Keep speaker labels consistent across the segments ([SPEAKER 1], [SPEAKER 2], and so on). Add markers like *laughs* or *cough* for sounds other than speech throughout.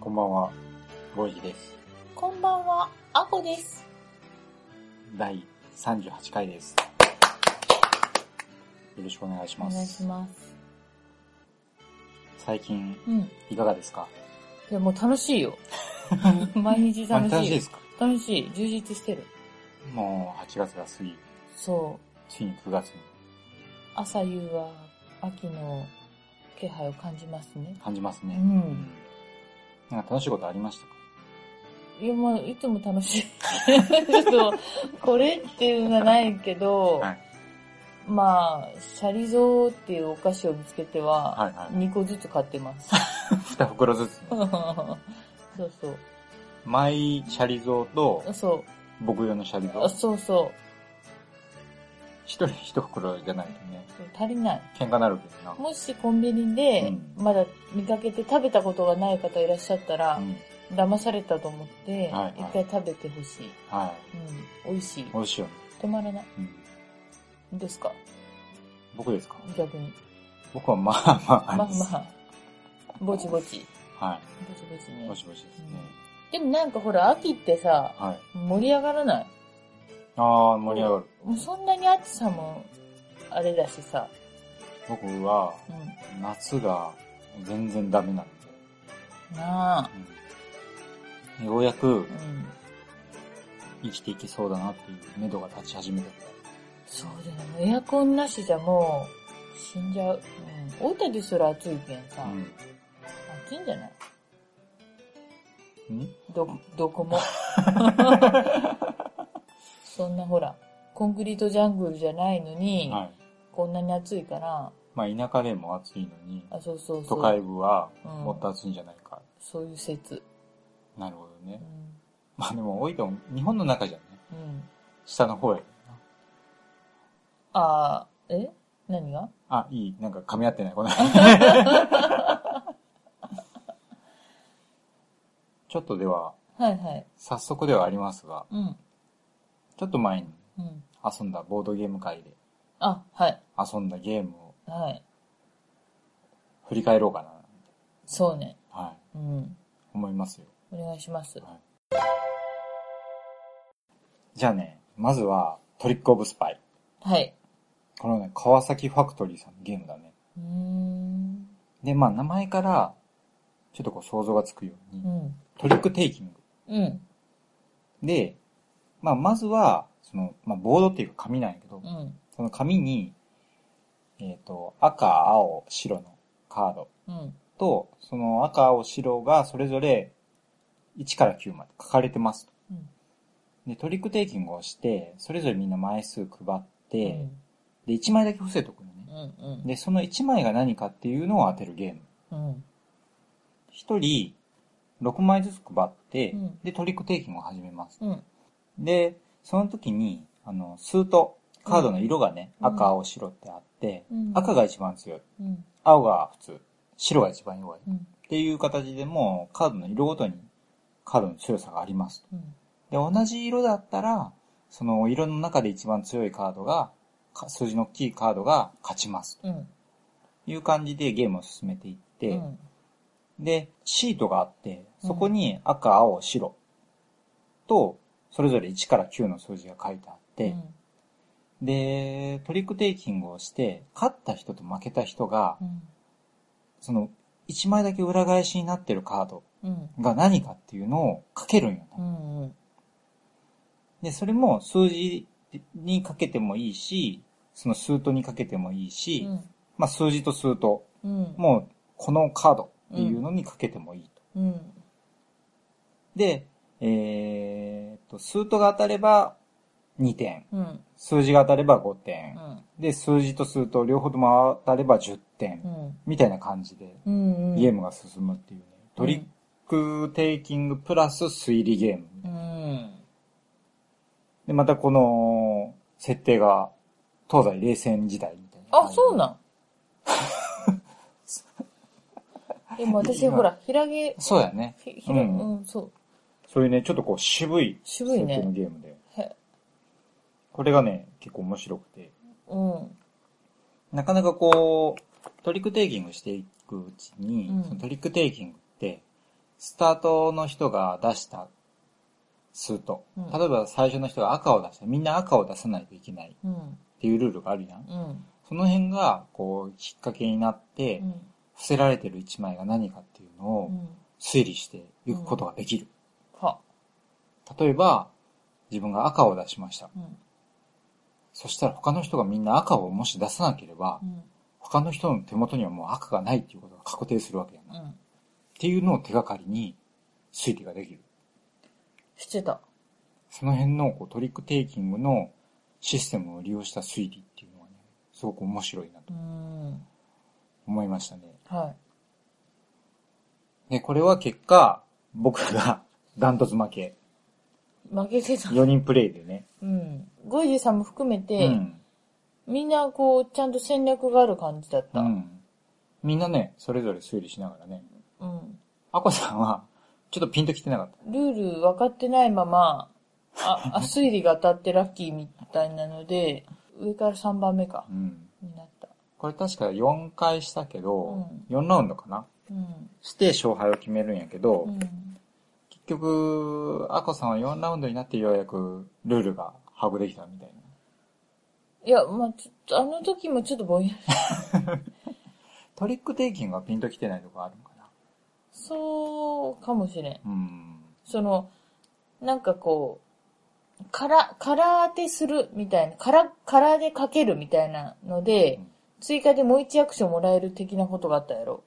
[SPEAKER 1] こんばんは、ゴイジです。
[SPEAKER 2] こんばんはあこです
[SPEAKER 1] 第38回です。よろしくお願いし
[SPEAKER 2] お
[SPEAKER 1] ます。
[SPEAKER 2] 願いします
[SPEAKER 1] 最近、
[SPEAKER 2] うん
[SPEAKER 1] いかがですか
[SPEAKER 2] でもう楽しい *laughs* よ毎日楽しい
[SPEAKER 1] 楽しいですか
[SPEAKER 2] 楽しい充実してる
[SPEAKER 1] もう8月が過ぎ、
[SPEAKER 2] そう
[SPEAKER 1] ついに9月に
[SPEAKER 2] 朝夕は秋の気配を感じますね。
[SPEAKER 1] 感じます
[SPEAKER 2] う
[SPEAKER 1] ね。
[SPEAKER 2] ん。
[SPEAKER 1] なんか楽しいことありましたか
[SPEAKER 2] いや、まあ、いつも楽しい。 *laughs* ちょっと、これっていうのがないけど、
[SPEAKER 1] はい
[SPEAKER 2] まあ、シャリゾーっていうお菓子を見つけては、
[SPEAKER 1] はいはい。
[SPEAKER 2] 2個ずつ買ってます。 *laughs*
[SPEAKER 1] 2袋ずつ。
[SPEAKER 2] そうそう。
[SPEAKER 1] マイシャリゾーと、
[SPEAKER 2] そう。
[SPEAKER 1] 僕用のシャリゾ
[SPEAKER 2] あ
[SPEAKER 1] ー。
[SPEAKER 2] そうそ
[SPEAKER 1] 一人一袋じゃないとね、
[SPEAKER 2] う。足りない。
[SPEAKER 1] 喧嘩なるけどな。
[SPEAKER 2] もしコンビニで
[SPEAKER 1] うん、
[SPEAKER 2] まだ見かけて食べたことがない方いらっしゃったら
[SPEAKER 1] う、ん。
[SPEAKER 2] 騙されたと思って、
[SPEAKER 1] はい
[SPEAKER 2] 一回食べてほしい。
[SPEAKER 1] はい。
[SPEAKER 2] うん。美味しい。
[SPEAKER 1] 美味しいよね。
[SPEAKER 2] 止まらない。
[SPEAKER 1] うん。
[SPEAKER 2] どうですか
[SPEAKER 1] 僕ですか
[SPEAKER 2] 逆に。
[SPEAKER 1] 僕はまあまあ
[SPEAKER 2] まあま
[SPEAKER 1] です。
[SPEAKER 2] あ。ぼちぼち。
[SPEAKER 1] は
[SPEAKER 2] ぼちぼち
[SPEAKER 1] い。
[SPEAKER 2] ね
[SPEAKER 1] ぼ。しぼしですね。
[SPEAKER 2] でもなんかほら、秋ってさ、
[SPEAKER 1] はい。
[SPEAKER 2] 盛り上がらない。
[SPEAKER 1] ああ、盛り上がる。
[SPEAKER 2] もうそんなに暑さも、あれだしさ。
[SPEAKER 1] 僕は、
[SPEAKER 2] うん。
[SPEAKER 1] 夏が全然ダメなんで、
[SPEAKER 2] なあ。
[SPEAKER 1] うんようやく
[SPEAKER 2] うん。
[SPEAKER 1] 生きていけそうだなっていう目処が立ち始めて
[SPEAKER 2] そうだよね。エアコンなしじゃもう、死んじゃう。うん。大分ですら暑いけんさ、
[SPEAKER 1] た。
[SPEAKER 2] 暑いんじゃない
[SPEAKER 1] うん。ん
[SPEAKER 2] ど、どこ
[SPEAKER 1] *laughs*
[SPEAKER 2] も。そんなほら、コンクリートジャングルじゃないのに、
[SPEAKER 1] はい。
[SPEAKER 2] こんなに暑いから、
[SPEAKER 1] まあ田舎でも暑いのに、
[SPEAKER 2] あ、そうそうそう。
[SPEAKER 1] 都会部は
[SPEAKER 2] うん
[SPEAKER 1] もっと暑いんじゃないか。
[SPEAKER 2] そういう説。
[SPEAKER 1] なるほど
[SPEAKER 2] う
[SPEAKER 1] ね。
[SPEAKER 2] ん。
[SPEAKER 1] まあでも多いとも日本の中じゃね、
[SPEAKER 2] うん、
[SPEAKER 1] 下の方へ。
[SPEAKER 2] あー、え何が
[SPEAKER 1] あ、いい。なんか噛み合ってない。 *laughs* このちょっとでは、
[SPEAKER 2] はいはい。
[SPEAKER 1] 早速ではありますが、
[SPEAKER 2] うん。
[SPEAKER 1] ちょっと前に
[SPEAKER 2] うん。
[SPEAKER 1] 遊んだボードゲーム会で
[SPEAKER 2] あ、はい。
[SPEAKER 1] 遊んだゲームを
[SPEAKER 2] はい。
[SPEAKER 1] 振り返ろうかな、
[SPEAKER 2] そうね。
[SPEAKER 1] はい、
[SPEAKER 2] うん。
[SPEAKER 1] 思いますよ。
[SPEAKER 2] お願いします。
[SPEAKER 1] じゃあね、まずはトリックオブスパイ。
[SPEAKER 2] はい。
[SPEAKER 1] このね、川崎ファクトリーさんのゲームだね。
[SPEAKER 2] うーん。
[SPEAKER 1] で、まあ名前から、ちょっとこう想像がつくように、
[SPEAKER 2] うん。
[SPEAKER 1] トリックテイキング。
[SPEAKER 2] うん。
[SPEAKER 1] で、まあまずは、その、まあボードっていうか紙なんやけど、
[SPEAKER 2] うん。
[SPEAKER 1] その紙に、えっ、と、赤、青、白のカード
[SPEAKER 2] うん。
[SPEAKER 1] と、その赤、青、白がそれぞれ1から9まで書かれてます。
[SPEAKER 2] うん
[SPEAKER 1] で、トリックテイキングをして、それぞれみんな枚数配って、
[SPEAKER 2] うん。
[SPEAKER 1] で、1枚だけ伏せとくのね。
[SPEAKER 2] うん。
[SPEAKER 1] で、その1枚が何かっていうのを当てるゲーム。
[SPEAKER 2] うん。
[SPEAKER 1] 1人6枚ずつ配って、
[SPEAKER 2] うん
[SPEAKER 1] で、トリックテイキングを始めます。
[SPEAKER 2] うん。
[SPEAKER 1] で、その時に、あの、数とカードの色がね、
[SPEAKER 2] うん
[SPEAKER 1] 赤、青、白ってあって、
[SPEAKER 2] うん
[SPEAKER 1] 赤が一番強い、
[SPEAKER 2] うん。
[SPEAKER 1] 青が普通、白が一番弱い。
[SPEAKER 2] うん。
[SPEAKER 1] っていう形でもうカードの色ごとにカードの強さがあります。
[SPEAKER 2] うん。
[SPEAKER 1] で、同じ色だったら、その色の中で一番強いカードが、か数字の大きいカードが勝ちます。
[SPEAKER 2] うん。
[SPEAKER 1] という感じでゲームを進めていって、
[SPEAKER 2] うん。
[SPEAKER 1] で、シートがあって、そこに赤、青、白と、それぞれ1から9の数字が書いてあって、で、トリックテイキングをして、勝った人と負けた人が、
[SPEAKER 2] うん。
[SPEAKER 1] その1枚だけ裏返しになってるカード
[SPEAKER 2] うん。
[SPEAKER 1] が何かっていうのを書けるんよね。
[SPEAKER 2] うん。
[SPEAKER 1] で、それも数字にかけてもいいし、その数とにかけてもいいし、まあ数字と数と、
[SPEAKER 2] うん。
[SPEAKER 1] もうこのカードっていうのにかけてもいいと。
[SPEAKER 2] うん。
[SPEAKER 1] で、えーっと、数とが当たれば2点、
[SPEAKER 2] うん。
[SPEAKER 1] 数字が当たれば5点、
[SPEAKER 2] うん。
[SPEAKER 1] で、数字と数と両方とも当たれば10点、
[SPEAKER 2] うん。
[SPEAKER 1] みたいな感じで
[SPEAKER 2] うん。
[SPEAKER 1] ゲームが進むっていうね。トリックテイキングプラス推理ゲーム。
[SPEAKER 2] うん。
[SPEAKER 1] で、またこの、設定が、東西冷戦時代みたいな。
[SPEAKER 2] あ、そうなん。でも私、
[SPEAKER 1] 今
[SPEAKER 2] ほら、平げ、
[SPEAKER 1] そうやね。
[SPEAKER 2] ひひら、う
[SPEAKER 1] う
[SPEAKER 2] んん、そう。
[SPEAKER 1] そういうね、ちょっとこう渋い設
[SPEAKER 2] 渋い
[SPEAKER 1] 定
[SPEAKER 2] ね
[SPEAKER 1] のゲームで。
[SPEAKER 2] へ
[SPEAKER 1] これがね、結構面白くて。
[SPEAKER 2] うん。
[SPEAKER 1] なかなかこう、トリックテイキングしていくうちに、
[SPEAKER 2] うん
[SPEAKER 1] そのトリックテイキングって、スタートの人が出した数と、
[SPEAKER 2] うん
[SPEAKER 1] 例えば最初の人が赤を出した、みんな赤を出さないといけない
[SPEAKER 2] うん。
[SPEAKER 1] っていうルールがあるやん。
[SPEAKER 2] うん。
[SPEAKER 1] その辺が、こう、きっかけになって、伏せられてる一枚が何かっていうの
[SPEAKER 2] う
[SPEAKER 1] を
[SPEAKER 2] ん。
[SPEAKER 1] 推理していくことができる。
[SPEAKER 2] は。
[SPEAKER 1] 例えば、自分が赤を出しました。
[SPEAKER 2] うん。
[SPEAKER 1] そしたら他の人がみんな赤をもし出さなければ
[SPEAKER 2] う、ん。
[SPEAKER 1] 他の人の手元にはもう赤がないっていうことが確定するわけやな。っ
[SPEAKER 2] うん。
[SPEAKER 1] ていうのを手がかりに推理ができる。
[SPEAKER 2] してた。
[SPEAKER 1] その辺のこうトリックテイキングのシステムを利用した推理っていうのはね、すごく面白いな
[SPEAKER 2] う
[SPEAKER 1] と
[SPEAKER 2] ん。
[SPEAKER 1] 思いましたね。
[SPEAKER 2] は
[SPEAKER 1] で、これは結果、僕がダントツ負け。
[SPEAKER 2] い。負けてた。
[SPEAKER 1] 4人プレイでね。
[SPEAKER 2] うん。ゴイジさんも含め
[SPEAKER 1] う
[SPEAKER 2] て、
[SPEAKER 1] ん。
[SPEAKER 2] みんなこう、ちゃんと戦略がある感じだっ
[SPEAKER 1] う
[SPEAKER 2] た。
[SPEAKER 1] ん。みんなね、それぞれ推理しながらね。
[SPEAKER 2] うん。
[SPEAKER 1] アコさんは、ちょっとピンときてなかった。
[SPEAKER 2] ルール分かってないまま、あ、 *laughs* あ推理が当たってラッキーみたいなので、上から3番目か
[SPEAKER 1] う、ん。
[SPEAKER 2] になった。
[SPEAKER 1] これ確か4回したけど、4ラウンドかな
[SPEAKER 2] うん。
[SPEAKER 1] して勝敗を決めるんやけど、
[SPEAKER 2] うん。
[SPEAKER 1] 結局、アコさんは4ラウンドになってようやくルールが把握できたみたいな。
[SPEAKER 2] いや、まあちょっと、あの時もちょっとぼんやり。
[SPEAKER 1] トリックテイキングはピンときてないとこあるのか
[SPEAKER 2] そう、かもしれん。
[SPEAKER 1] なうん。
[SPEAKER 2] その、なんかこう、から、空当てするみたいな、から、空でかけるみたいなので、
[SPEAKER 1] うん
[SPEAKER 2] 追加でもう一アクションもらえる的なことがあったやろ。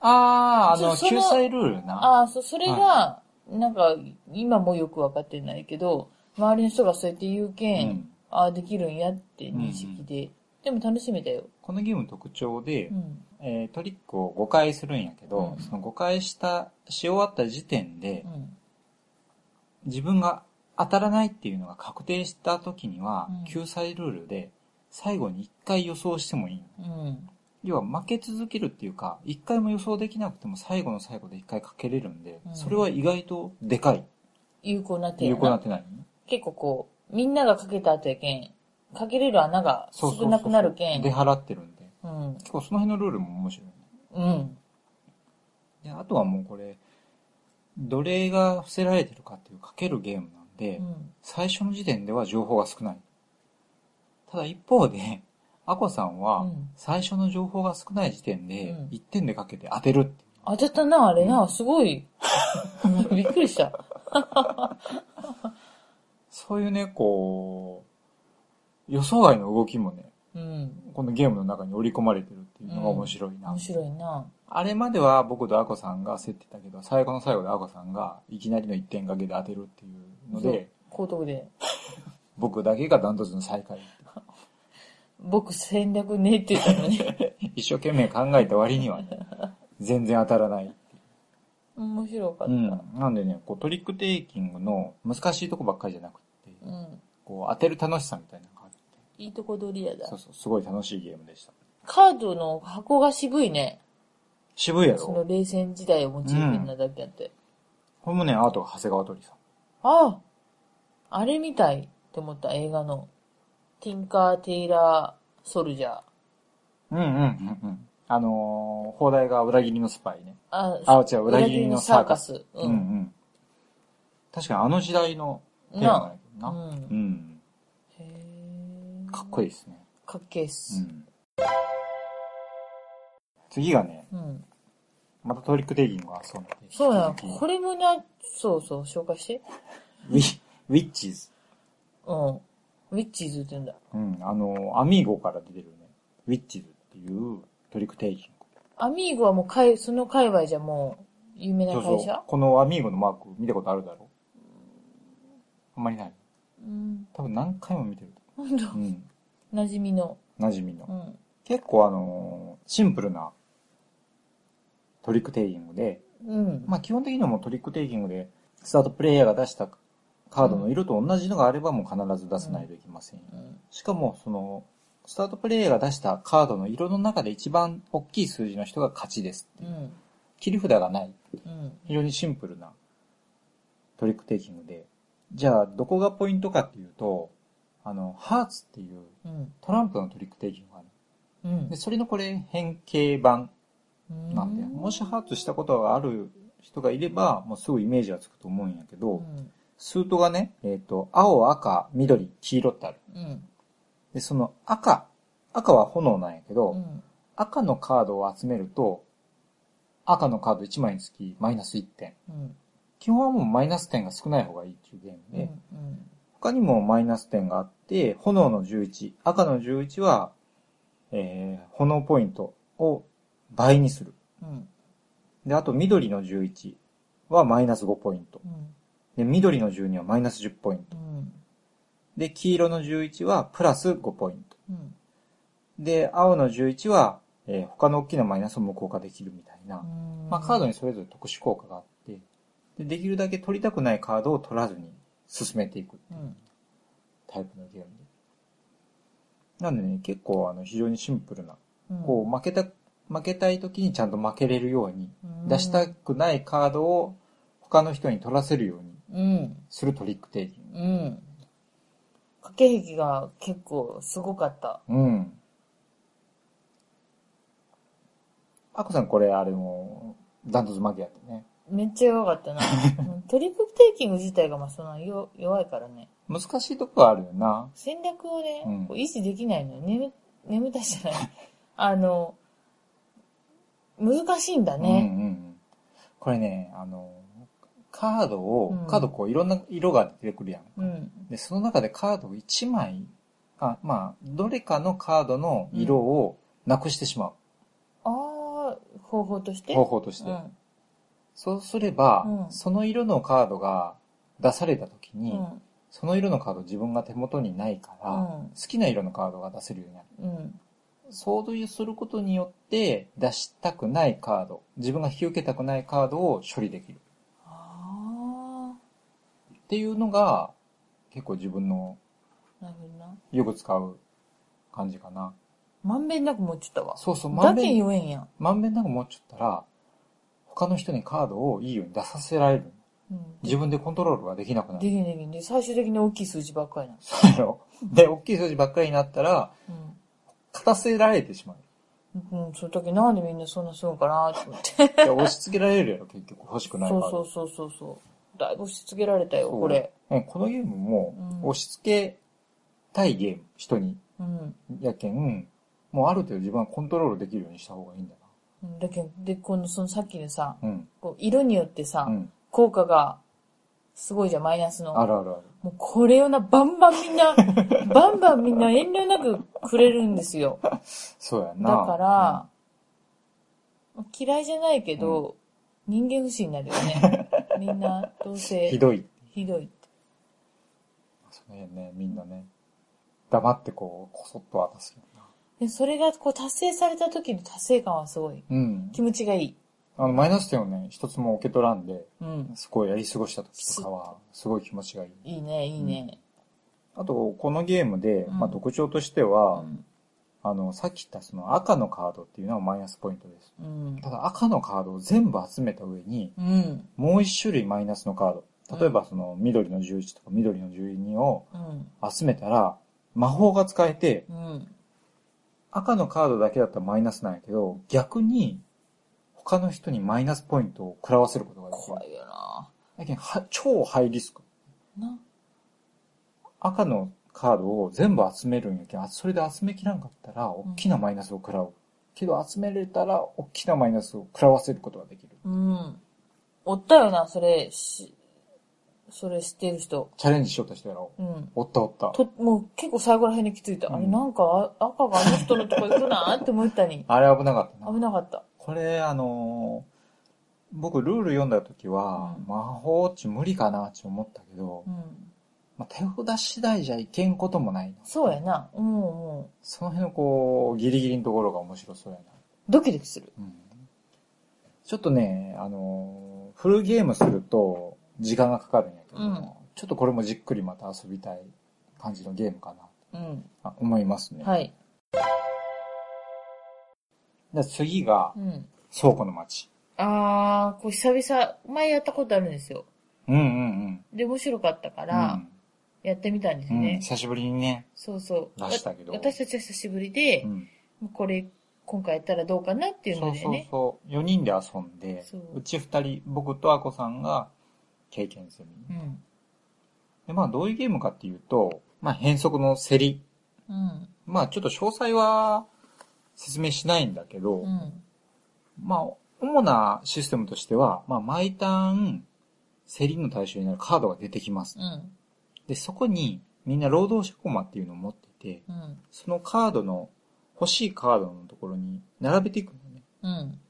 [SPEAKER 1] あー、あの、
[SPEAKER 2] そその
[SPEAKER 1] 救済ルールな。
[SPEAKER 2] ああ、そ、それが、なんか、今もよくわかってないけど、周りの人がそうやって言うけん、
[SPEAKER 1] うん
[SPEAKER 2] ああ、できるんやって認識で、でも楽しめたよ。
[SPEAKER 1] このゲームの特徴で、
[SPEAKER 2] うん。
[SPEAKER 1] えートリックを5回するんやけど、
[SPEAKER 2] うん
[SPEAKER 1] その5回した、し終わった時点で
[SPEAKER 2] う、ん。
[SPEAKER 1] 自分が当たらないっていうのが確定した時には、
[SPEAKER 2] うん
[SPEAKER 1] 救済ルールで、最後に1回予想してもいいの。
[SPEAKER 2] うん。
[SPEAKER 1] 要は負け続けるっていうか、1回も予想できなくても最後の最後で1回かけれるんで、
[SPEAKER 2] うん
[SPEAKER 1] それは意外とでかい。
[SPEAKER 2] 有効な手や
[SPEAKER 1] 有
[SPEAKER 2] な
[SPEAKER 1] 効になってないのね。
[SPEAKER 2] 結構こう、みんながかけた後やけん、かけれる穴が
[SPEAKER 1] そうそうそう
[SPEAKER 2] 少なくなるけん。
[SPEAKER 1] 出払ってるんで。
[SPEAKER 2] うん。
[SPEAKER 1] 結構その辺のルールも面白いね。
[SPEAKER 2] うん。
[SPEAKER 1] で、あとはもうこれ、奴隷が伏せられてるかっていうかけるゲームなんで、
[SPEAKER 2] うん。
[SPEAKER 1] 最初の時点では情報が少ない。ただ一方で、 *laughs* アコさん
[SPEAKER 2] う
[SPEAKER 1] は
[SPEAKER 2] ん、
[SPEAKER 1] 最初の情報が少ない時点で
[SPEAKER 2] うん、
[SPEAKER 1] 1点でかけて当てるって。
[SPEAKER 2] 当てたな、あれな、すごい。 *laughs* びっくりした。
[SPEAKER 1] そういうね、こう、予想外の動きもね、
[SPEAKER 2] うん。
[SPEAKER 1] このゲームの中に織り込まれてるっていうのが面白いな。
[SPEAKER 2] 面白いな。
[SPEAKER 1] あれまでは僕とアコさんが競ってたけど、最後の最後でアコさんがいきなりの1点掛けで当てるっていうの
[SPEAKER 2] そう
[SPEAKER 1] で、
[SPEAKER 2] 高得で。
[SPEAKER 1] 僕だけがダントツの最下位。
[SPEAKER 2] 僕戦略ねえって言ったのに。 *laughs*
[SPEAKER 1] 一生懸命考えた割には、ね、全然当たらない。
[SPEAKER 2] 面白かっ
[SPEAKER 1] う
[SPEAKER 2] た。
[SPEAKER 1] ん。なんでね、こうトリックテイキングの難しいとこばっかりじゃなくて、
[SPEAKER 2] うん。
[SPEAKER 1] こう当てる楽しさみたいなのがあって、
[SPEAKER 2] いいとこ取りやだ
[SPEAKER 1] そう。そう、すごい楽しいゲームでした。
[SPEAKER 2] カードの箱が渋いね。
[SPEAKER 1] 渋いや
[SPEAKER 2] その
[SPEAKER 1] ろ
[SPEAKER 2] 冷戦時代をモチーフになだけあって。
[SPEAKER 1] これもね、アートが長谷川鳥さん。
[SPEAKER 2] あああれみたいって思った映画の。ティンカー・テイラー・ソルジャー。
[SPEAKER 1] うんうんうんうん。あのー、放題が裏切りのスパイね。
[SPEAKER 2] あ
[SPEAKER 1] あ、違う、裏切りのサーカス。
[SPEAKER 2] 裏切りのサーカスう
[SPEAKER 1] う
[SPEAKER 2] ん。
[SPEAKER 1] うんん。確かにあの時代のテーマだけどな。
[SPEAKER 2] なうん
[SPEAKER 1] うん。
[SPEAKER 2] へー
[SPEAKER 1] かっこいいですね。
[SPEAKER 2] かっけえっ
[SPEAKER 1] う
[SPEAKER 2] す。
[SPEAKER 1] ん。次がね、
[SPEAKER 2] うん。
[SPEAKER 1] またトリックテイキングがそうなんで。
[SPEAKER 2] そうや。
[SPEAKER 1] 引き続き
[SPEAKER 2] これもな、そうそう、紹介して。
[SPEAKER 1] ウィ、ウィッチーズ。
[SPEAKER 2] うん。ウィッチーズって言うんだ。
[SPEAKER 1] うん。あの、アミーゴから出てるね。ウィッチーズっていうトリックテイキング。
[SPEAKER 2] アミーゴはもうかい、その界隈じゃもう、有名な会社
[SPEAKER 1] そうそう。このアミーゴのマーク見たことあるだろあんまりない。
[SPEAKER 2] うん。
[SPEAKER 1] 多分何回も見てると
[SPEAKER 2] ほんと
[SPEAKER 1] 思う。うん。
[SPEAKER 2] 馴染みの。
[SPEAKER 1] 馴染みの
[SPEAKER 2] う。ん。
[SPEAKER 1] 結構あのーシンプルなトリックテイキングで、
[SPEAKER 2] うん。
[SPEAKER 1] まあ基本的にはもうトリックテイキングで、スタートプレイヤーが出したカードの色と同じのがあればもう必ず出さないといけませんよ。
[SPEAKER 2] うん
[SPEAKER 1] しかも、その、スタートプレイヤーが出したカードの色の中で一番大きい数字の人が勝ちです。
[SPEAKER 2] うん。
[SPEAKER 1] 切り札がない。
[SPEAKER 2] うん。
[SPEAKER 1] 非常にシンプルなトリックテイキングで。じゃあ、どこがポイントかっていうと、あの、ハーツっていう
[SPEAKER 2] うん。
[SPEAKER 1] トランプのトリックテイキングがある。
[SPEAKER 2] うん
[SPEAKER 1] で、。それのこれ変形版
[SPEAKER 2] うん
[SPEAKER 1] なんで、もしハーツしたことがある人がいれば、もうすぐイメージはつくと思うんやけど、
[SPEAKER 2] うん。
[SPEAKER 1] スートがね、えっ、と、青、赤、緑、黄色ってある。
[SPEAKER 2] うん。
[SPEAKER 1] で、その赤、赤は炎なんやけど、
[SPEAKER 2] うん。
[SPEAKER 1] 赤のカードを集めると、赤のカード1枚につきマイナス1点。
[SPEAKER 2] うん。
[SPEAKER 1] 基本はもうマイナス点が少ない方がいいっていうゲームで、
[SPEAKER 2] うん。
[SPEAKER 1] 他にもマイナス点があって、炎の11、赤の11は、えー、炎ポイントを倍にする。
[SPEAKER 2] うん。
[SPEAKER 1] で、あと緑の11はマイナス5ポイント。
[SPEAKER 2] うん。
[SPEAKER 1] で、緑の12はマイナス10ポイント。
[SPEAKER 2] うん。
[SPEAKER 1] で、黄色の11はプラス5ポイント。
[SPEAKER 2] うん。
[SPEAKER 1] で、青の11は、えー他の大きなマイナスを無効化できるみたいな。
[SPEAKER 2] うん
[SPEAKER 1] まあ、カードにそれぞれ特殊効果があって、で、できるだけ取りたくないカードを取らずに進めていくって
[SPEAKER 2] う。
[SPEAKER 1] いうんタイプのゲームで。なんでね、結構あの非常にシンプルな、
[SPEAKER 2] うん
[SPEAKER 1] こう負けた、負けたい時にちゃんと負けれるように、
[SPEAKER 2] うん
[SPEAKER 1] 出したくないカードを他の人に取らせるように
[SPEAKER 2] うん。
[SPEAKER 1] するトリックテイキング。
[SPEAKER 2] うん。駆け引きが結構すごかった。
[SPEAKER 1] うん。あこさんこれあれも、ダントツ負けやってね。
[SPEAKER 2] めっちゃ弱かったな。
[SPEAKER 1] *laughs*
[SPEAKER 2] うんトリックテイキング自体がまあその弱弱いからね。
[SPEAKER 1] 難しいとこはあるよな。
[SPEAKER 2] 戦略をね、
[SPEAKER 1] うん
[SPEAKER 2] こう維持できないのよ。眠、眠たいじゃない。 *laughs* あの、難しいんだね。
[SPEAKER 1] うんうんうん。これね、あの、カードを、
[SPEAKER 2] うん
[SPEAKER 1] カードこういろんな色が出てくるやん。
[SPEAKER 2] うん。
[SPEAKER 1] で、その中でカードを1枚、あまあ、どれかのカードの色をなくしてしま
[SPEAKER 2] ああ、方法とし
[SPEAKER 1] う。
[SPEAKER 2] て
[SPEAKER 1] 方法として。
[SPEAKER 2] うん。
[SPEAKER 1] そうすれば、
[SPEAKER 2] うん
[SPEAKER 1] その色のカードが出された時に、
[SPEAKER 2] うん。
[SPEAKER 1] その色のカード自分が手元にないから、
[SPEAKER 2] うん
[SPEAKER 1] 好きな色のカードが出せるようになる。
[SPEAKER 2] うん。
[SPEAKER 1] そういうすることによって、出したくないカード、自分が引き受けたくないカードを処理できる。
[SPEAKER 2] あ
[SPEAKER 1] っていうのが、結構自分の
[SPEAKER 2] あ、なるほどな。
[SPEAKER 1] よく使う感じかな。
[SPEAKER 2] まんべんなく持っちゃったわ。
[SPEAKER 1] そうそう、ま
[SPEAKER 2] だ
[SPEAKER 1] ん
[SPEAKER 2] け
[SPEAKER 1] べん、
[SPEAKER 2] 言えんやん。
[SPEAKER 1] まんべんなく持っちゃったら、他の人にカードをいいように出させられる。
[SPEAKER 2] うん。
[SPEAKER 1] 自分でコントロールができなくな
[SPEAKER 2] で
[SPEAKER 1] る。
[SPEAKER 2] きんできんで、最終的に大きい数字ばっかりな。
[SPEAKER 1] そうやろで、大きい数字ばっかりになったら、
[SPEAKER 2] うん。
[SPEAKER 1] 勝たせられてしまう。
[SPEAKER 2] うん、その時なんでみんなそんなするんかなと思って。
[SPEAKER 1] で押し付けられるやろ、結局。欲しくないカ
[SPEAKER 2] そ
[SPEAKER 1] ー
[SPEAKER 2] うそ
[SPEAKER 1] ド。
[SPEAKER 2] うそうそうそう。だいぶ押し付けられたよ、
[SPEAKER 1] そう
[SPEAKER 2] これ。
[SPEAKER 1] うんこのゲームも、
[SPEAKER 2] うん
[SPEAKER 1] 押し付けたいゲーム、人に。
[SPEAKER 2] うん。
[SPEAKER 1] やけん、もうある程度自分はコントロールできるようにした方がいいんだ
[SPEAKER 2] だけど、で、この、そのさっきのさ、
[SPEAKER 1] な。うん。
[SPEAKER 2] こう色によってさ、
[SPEAKER 1] うん。
[SPEAKER 2] 効果が、すごいじゃん、マイナスの。
[SPEAKER 1] あるあるある。
[SPEAKER 2] もうこれをな、バンバンみん
[SPEAKER 1] *laughs*
[SPEAKER 2] な、バンバンみんな遠慮なくくれるんですよ。だ
[SPEAKER 1] そうやな。
[SPEAKER 2] から、嫌いじゃないけど、人間不信になるよ
[SPEAKER 1] *laughs*
[SPEAKER 2] ね。みんな、どう
[SPEAKER 1] うん、
[SPEAKER 2] せ、
[SPEAKER 1] ひどい。
[SPEAKER 2] ひどいって。
[SPEAKER 1] その辺ね、みんなね、黙ってこう、こそっと渡すよな。
[SPEAKER 2] で、それが、こう、達成された時の達成感はすごい。
[SPEAKER 1] うん。
[SPEAKER 2] 気持ちがいい。
[SPEAKER 1] あの、マイナス点をね、一つも受け取らんで、
[SPEAKER 2] うん。
[SPEAKER 1] すごいやり過ごした時とかは、すごい気持ちがいい。
[SPEAKER 2] いいね、いいね。
[SPEAKER 1] あと、このゲームで、
[SPEAKER 2] うん
[SPEAKER 1] まあ、特徴として
[SPEAKER 2] う
[SPEAKER 1] は、
[SPEAKER 2] ん。
[SPEAKER 1] あの、さっき言ったその赤のカードっていうのはマイナスポイントです。
[SPEAKER 2] うん。
[SPEAKER 1] ただ、赤のカードを全部集めた上に、
[SPEAKER 2] うん。
[SPEAKER 1] もう一種類マイナスのカード。例えば、その、緑の11とか緑の12を
[SPEAKER 2] うん。
[SPEAKER 1] 集めたら、魔法が使えて、
[SPEAKER 2] うん。
[SPEAKER 1] 赤のカードだけだったらマイナスなんやけど、逆に、他の人にマイナスポイントを食らわせることができる
[SPEAKER 2] 怖。いよな
[SPEAKER 1] だけどは超ハイリスク。
[SPEAKER 2] な。
[SPEAKER 1] 赤のカードを全部集めるんやけど、あそれで集めきらんかったら、大きなマイナスを食らう。けど集めれたら、大きなマイナスを食らわせることができる。
[SPEAKER 2] うん。おったよな、それ、し、それ知ってる人。
[SPEAKER 1] チャレンジしようとしてやろう。
[SPEAKER 2] うん。
[SPEAKER 1] おったおった。
[SPEAKER 2] と、もう結構最後ら辺に気づいた。
[SPEAKER 1] うん
[SPEAKER 2] あれ、なんか、あ赤があの人のとこ行くなって思ったに。
[SPEAKER 1] あれ危なかったな。
[SPEAKER 2] 危なかった。
[SPEAKER 1] これ、あのー僕ルール読んだ時は、
[SPEAKER 2] うん
[SPEAKER 1] 魔法っち無理かなって思ったけど、
[SPEAKER 2] うん。
[SPEAKER 1] まあ、手札次第じゃいけんこともないな。
[SPEAKER 2] そうやな。うんうん。
[SPEAKER 1] その辺のこう、ギリギリのところが面白そうやな。
[SPEAKER 2] ドキドキする。
[SPEAKER 1] うん。ちょっとね、あのーフルゲームすると時間がかかるんやけど、
[SPEAKER 2] うん
[SPEAKER 1] ちょっとこれもじっくりまた遊びたい感じのゲームかな
[SPEAKER 2] うん。
[SPEAKER 1] あ思いますね。
[SPEAKER 2] はい。
[SPEAKER 1] で次が
[SPEAKER 2] うん。
[SPEAKER 1] 倉庫の街。
[SPEAKER 2] あー、これ久々、前やったことあるんですよ。
[SPEAKER 1] うんうんうん。
[SPEAKER 2] で、面白かったか
[SPEAKER 1] う
[SPEAKER 2] ら、
[SPEAKER 1] ん
[SPEAKER 2] やってみたんです
[SPEAKER 1] うん、
[SPEAKER 2] ね。
[SPEAKER 1] 久しぶりにね。
[SPEAKER 2] そうそう。
[SPEAKER 1] 出したけど
[SPEAKER 2] わ私たちは久しぶりで
[SPEAKER 1] う、ん、
[SPEAKER 2] これ、今回やったらどうかなっていう
[SPEAKER 1] そ
[SPEAKER 2] の
[SPEAKER 1] う
[SPEAKER 2] で
[SPEAKER 1] そう
[SPEAKER 2] ね。
[SPEAKER 1] そう。4人で遊んで
[SPEAKER 2] そ、う
[SPEAKER 1] うち2人、僕とあこさんが経験済み。
[SPEAKER 2] うん。
[SPEAKER 1] で、まあどういうゲームかっていうと、まあ変則の競り。
[SPEAKER 2] うん。
[SPEAKER 1] まあちょっと詳細は説明しないんだけど、
[SPEAKER 2] うん。
[SPEAKER 1] まあ、主なシステムとしては、まあ、毎ターン、競りの対象になるカードが出てきます。
[SPEAKER 2] うん。
[SPEAKER 1] で、そこに、みんな労働者コマっていうのを持っていて、
[SPEAKER 2] うん。
[SPEAKER 1] そのカードの、欲しいカードのところに並べていくのね。
[SPEAKER 2] うん。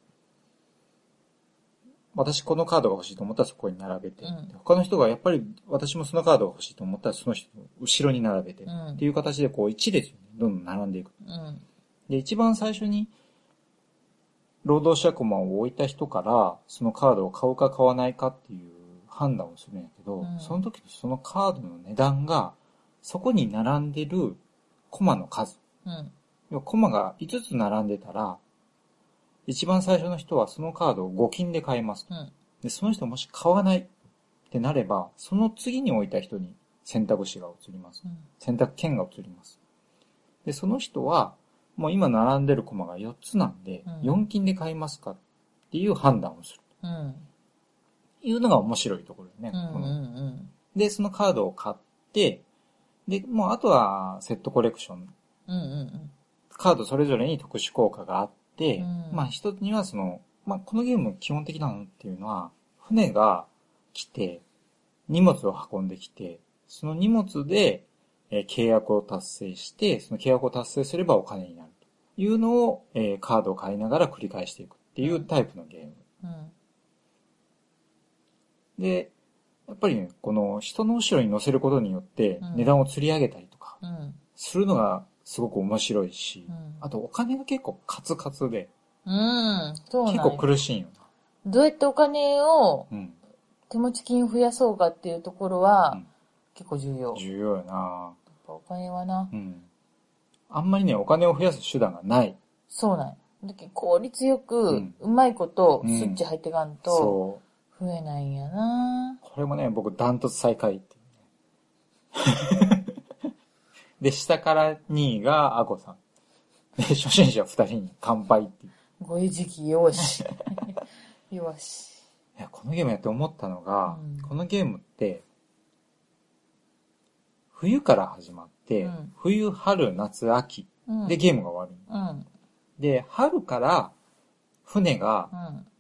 [SPEAKER 1] 私このカードが欲しいと思ったらそこに並べて、
[SPEAKER 2] うん
[SPEAKER 1] で他の人がやっぱり私もそのカードが欲しいと思ったらその人の後ろに並べて、
[SPEAKER 2] うん
[SPEAKER 1] っていう形でこう一列にどんどん並んでいく。
[SPEAKER 2] うん。
[SPEAKER 1] で、一番最初に、労働者駒を置いた人から、そのカードを買うか買わないかっていう判断をするんやけど、
[SPEAKER 2] うん
[SPEAKER 1] その時のそのカードの値段が、そこに並んでる駒の数。
[SPEAKER 2] うん。
[SPEAKER 1] 要は駒が5つ並んでたら、一番最初の人はそのカードを5金で買います。
[SPEAKER 2] うん。
[SPEAKER 1] で、その人もし買わないってなれば、その次に置いた人に選択肢が移ります。選択権が移ります。で、その人は、もう今並んでる駒が4つなんで、
[SPEAKER 2] うん
[SPEAKER 1] 4金で買いますかっていう判断をする。
[SPEAKER 2] うん。
[SPEAKER 1] いうのが面白いところだよ
[SPEAKER 2] う
[SPEAKER 1] ね、
[SPEAKER 2] ん。う
[SPEAKER 1] この
[SPEAKER 2] ん。
[SPEAKER 1] で、そのカードを買って、で、もうあとはセットコレクション。
[SPEAKER 2] うん。うん。
[SPEAKER 1] カードそれぞれに特殊効果があって、
[SPEAKER 2] うん
[SPEAKER 1] まあ一つにはその、まあこのゲーム基本的なのっていうのは、船が来て、荷物を運んできて、その荷物で、えー契約を達成して、その契約を達成すればお金になるというのを、えーカードを買いながら繰り返していくっていうタイプのゲーム。
[SPEAKER 2] うん。
[SPEAKER 1] で、やっぱりね、この人の後ろに乗せることによって
[SPEAKER 2] うん
[SPEAKER 1] 値段を釣り上げたりとか
[SPEAKER 2] うん。
[SPEAKER 1] するのがすごく面白いし、
[SPEAKER 2] うん
[SPEAKER 1] あとお金が結構カツカツで
[SPEAKER 2] うん。そうなん
[SPEAKER 1] 結
[SPEAKER 2] や
[SPEAKER 1] 構苦しいよ
[SPEAKER 2] どうやってお金を
[SPEAKER 1] な。うん。
[SPEAKER 2] 手持ち金増やそうかっていうところは、
[SPEAKER 1] うん
[SPEAKER 2] 結構重要。やっ
[SPEAKER 1] 重要よな
[SPEAKER 2] ぱお金はな、
[SPEAKER 1] うん。あんまりね、お金を増やす手段がない。
[SPEAKER 2] そうなんやだけど効率よく、
[SPEAKER 1] う
[SPEAKER 2] うんまいこと
[SPEAKER 1] う
[SPEAKER 2] スイ
[SPEAKER 1] ん
[SPEAKER 2] ッチ入ってかんと、
[SPEAKER 1] そう。
[SPEAKER 2] 増えないんやな、
[SPEAKER 1] これもね、僕、ダントツ最下位っていう *laughs* ねで、下から2位がアコさん。で、初心者2人に乾杯っていう。
[SPEAKER 2] ごえじきよ *laughs* し。よし。
[SPEAKER 1] いや、このゲームやって思ったのが、
[SPEAKER 2] うん
[SPEAKER 1] このゲームって、冬から始まって、
[SPEAKER 2] うん
[SPEAKER 1] 冬、春、夏、秋
[SPEAKER 2] うん。
[SPEAKER 1] でゲームが終わる。
[SPEAKER 2] うん。うん。
[SPEAKER 1] で、春から船が、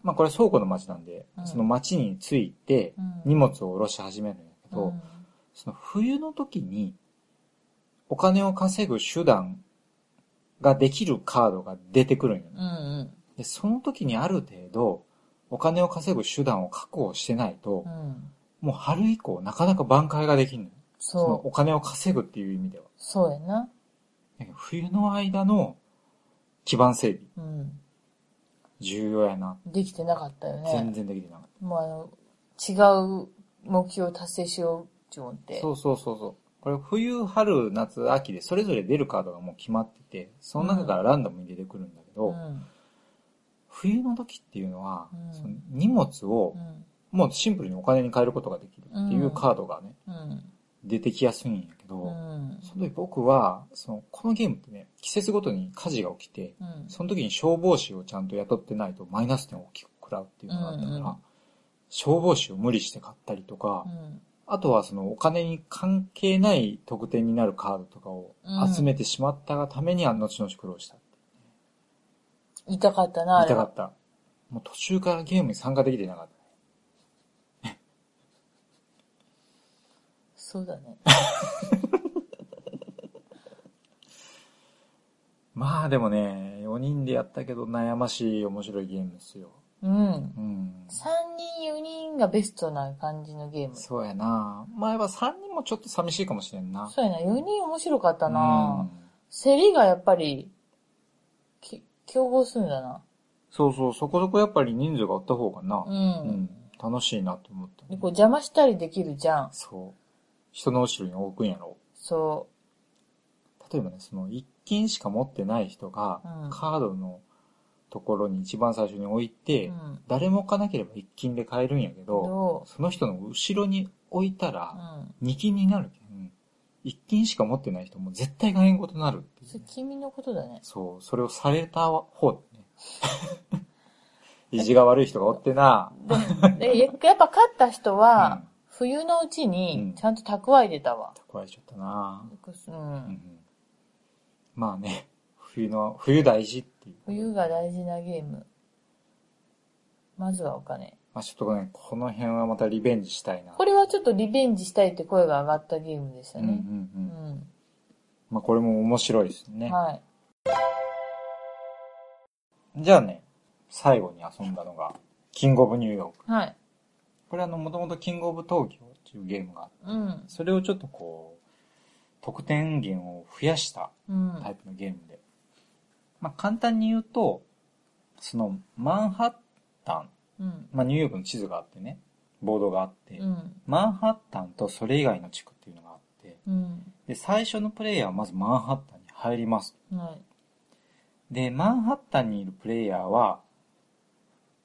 [SPEAKER 1] まあこれ倉庫の町なんで、
[SPEAKER 2] うん
[SPEAKER 1] その町に着いて
[SPEAKER 2] うん
[SPEAKER 1] 荷物を下ろし始めるんやけど、その冬の時にお金を稼ぐ手段ができるカードが出てくるんよ
[SPEAKER 2] うん。う
[SPEAKER 1] ね。
[SPEAKER 2] ん。
[SPEAKER 1] で、その時にある程度お金を稼ぐ手段を確保してないと
[SPEAKER 2] う、ん。
[SPEAKER 1] もう春以降なかなか挽回ができんのよ。その
[SPEAKER 2] そう。
[SPEAKER 1] お金を稼ぐっていう意味では。
[SPEAKER 2] そうやな。
[SPEAKER 1] だけど冬の間の基盤整備、
[SPEAKER 2] うん。
[SPEAKER 1] 重要やな。
[SPEAKER 2] できてなかったよ
[SPEAKER 1] 全
[SPEAKER 2] ね。
[SPEAKER 1] 然できてなかった。
[SPEAKER 2] もうあの、違う目標を達成しようって思って。
[SPEAKER 1] そうそうそうそう。これ冬、春、夏、秋でそれぞれ出るカードがもう決まってて、その中からランダムに出てくるんだけど、
[SPEAKER 2] うん。
[SPEAKER 1] 冬の時っていうのは、
[SPEAKER 2] うん
[SPEAKER 1] その荷物を
[SPEAKER 2] うん。
[SPEAKER 1] もうシンプルにお金に変えることができるっていうカードがね、
[SPEAKER 2] うん。
[SPEAKER 1] 出てきやすいんやけど、
[SPEAKER 2] うん。
[SPEAKER 1] その時僕は、その、このゲームってね、季節ごとに火事が起きて、
[SPEAKER 2] うん。
[SPEAKER 1] その時に消防士をちゃんと雇ってないとマイナス点を大きく食らうっていうのがあったから、
[SPEAKER 2] うんうん
[SPEAKER 1] 消防士を無理して買ったりとか、
[SPEAKER 2] うん。
[SPEAKER 1] あとはそのお金に関係ない特典になるカードとかを集めてしまったがために、あの後々苦労した。
[SPEAKER 2] 痛かったな、あれ
[SPEAKER 1] 痛か
[SPEAKER 2] は。
[SPEAKER 1] った。もう途中からゲームに参加できてなかった。
[SPEAKER 2] そうだね。
[SPEAKER 1] まあでもね、4人でやったけど悩ましい面白いゲームですよ。
[SPEAKER 2] うん。
[SPEAKER 1] うん。
[SPEAKER 2] 3人、4人がベストな感じのゲーム。そ
[SPEAKER 1] そうやな。前は3人もちょっと寂しいかもしれんな。
[SPEAKER 2] うやな、4人面白かったな
[SPEAKER 1] うん
[SPEAKER 2] 競りがやっぱり、き競合するんだな。
[SPEAKER 1] そうそう、そこそこやっぱり人数があった方がな
[SPEAKER 2] う、
[SPEAKER 1] うん、
[SPEAKER 2] ん。
[SPEAKER 1] 楽しいなと思った。
[SPEAKER 2] で、こう邪魔したりできるじゃん。
[SPEAKER 1] そう。人の後ろに置くんやろ。
[SPEAKER 2] そ
[SPEAKER 1] 例えばね、その一金しか持ってない人が
[SPEAKER 2] うん、。
[SPEAKER 1] カードのところに一番最初に置いうて、
[SPEAKER 2] うん。
[SPEAKER 1] 誰も置かなければ一金で買えるんやけ
[SPEAKER 2] ど
[SPEAKER 1] ど、その人の後ろに置いた
[SPEAKER 2] うう
[SPEAKER 1] ら、
[SPEAKER 2] ん。
[SPEAKER 1] 二金になるけん。一金しか持ってない人も絶対がえんことなるっていう
[SPEAKER 2] そ
[SPEAKER 1] ね、
[SPEAKER 2] れ君のことだね。
[SPEAKER 1] そう、それをされた方だね。 *laughs* 意地が悪い人がおってな。
[SPEAKER 2] *laughs* で、ややっぱ勝った人は
[SPEAKER 1] うん、
[SPEAKER 2] 冬のうち
[SPEAKER 1] う
[SPEAKER 2] に
[SPEAKER 1] ん
[SPEAKER 2] ちゃんと蓄えてたわ。
[SPEAKER 1] 壊れちゃったな。
[SPEAKER 2] う
[SPEAKER 1] うん
[SPEAKER 2] ん。
[SPEAKER 1] まあね、冬の、冬大事っていう。
[SPEAKER 2] 冬が大事なゲーム。まずはお金。
[SPEAKER 1] まあちょっとね、この辺はまたリベンジしたいな。
[SPEAKER 2] これはちょっとリベンジしたいって声が上がったゲームでした
[SPEAKER 1] うんうん
[SPEAKER 2] ね。
[SPEAKER 1] う。
[SPEAKER 2] うんん。
[SPEAKER 1] まあこれも面白いですね。
[SPEAKER 2] はい。
[SPEAKER 1] じゃあね、最後に遊んだのが、キングオブニューヨーク。
[SPEAKER 2] はい。
[SPEAKER 1] これあの、もともとキングオブ東京っていうゲームがあって、
[SPEAKER 2] うん。
[SPEAKER 1] それをちょっとこう、得点源を増やした
[SPEAKER 2] うん。
[SPEAKER 1] タイプのゲームで。まあ、簡単に言うと、その、マンハッタ
[SPEAKER 2] う
[SPEAKER 1] ン、
[SPEAKER 2] ん。
[SPEAKER 1] まあ、ニューヨークの地図があってね、ボードがあって、
[SPEAKER 2] うん。
[SPEAKER 1] マンハッタンとそれ以外の地区っていうのがあって、
[SPEAKER 2] うん。
[SPEAKER 1] で、最初のプレイヤーはまずマンハッタンに入ります。
[SPEAKER 2] はい。
[SPEAKER 1] で、マンハッタンにいるプレイヤーは、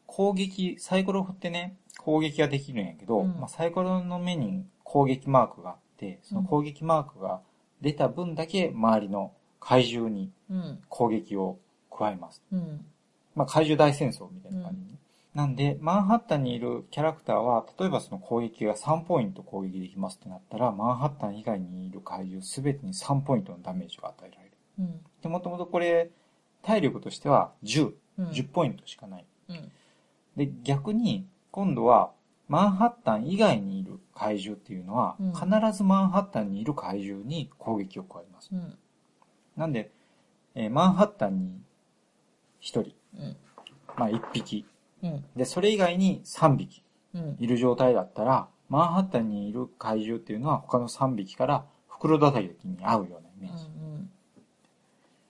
[SPEAKER 1] 攻撃、サイコロを振ってね、攻撃ができるんやけど、
[SPEAKER 2] うん
[SPEAKER 1] まあ、サイコロの目に攻撃マークがあって、その攻撃マークが出た分だけ周りの怪獣に
[SPEAKER 2] うん。
[SPEAKER 1] 攻撃を加えます。
[SPEAKER 2] うん。
[SPEAKER 1] まあ、怪獣大戦争みたいな感じ、ねなんで、マンハッタンにいるキャラクターは、例えばその攻撃が3ポイント攻撃できますってなったら、マンハッタン以外にいる怪獣すべてに3ポイントのダメージが与えられる。
[SPEAKER 2] うん。
[SPEAKER 1] で、もともとこれ、体力としては10、
[SPEAKER 2] うん。
[SPEAKER 1] 10ポイントしかない。
[SPEAKER 2] うん。
[SPEAKER 1] で、逆に、今度は、マンハッタン以外にいる怪獣っていうのは、
[SPEAKER 2] うん
[SPEAKER 1] 必ずマンハッタンにいる怪獣に攻撃を加えます。
[SPEAKER 2] うん。
[SPEAKER 1] なんで、えーマンハッタンに1人、
[SPEAKER 2] うん。
[SPEAKER 1] まあ1匹、
[SPEAKER 2] うん。
[SPEAKER 1] で、それ以外に3匹
[SPEAKER 2] うん。
[SPEAKER 1] いる状態だったら、マンハッタンにいる怪獣っていうのは他の3匹から袋叩きに合うようなイメージ。
[SPEAKER 2] うん。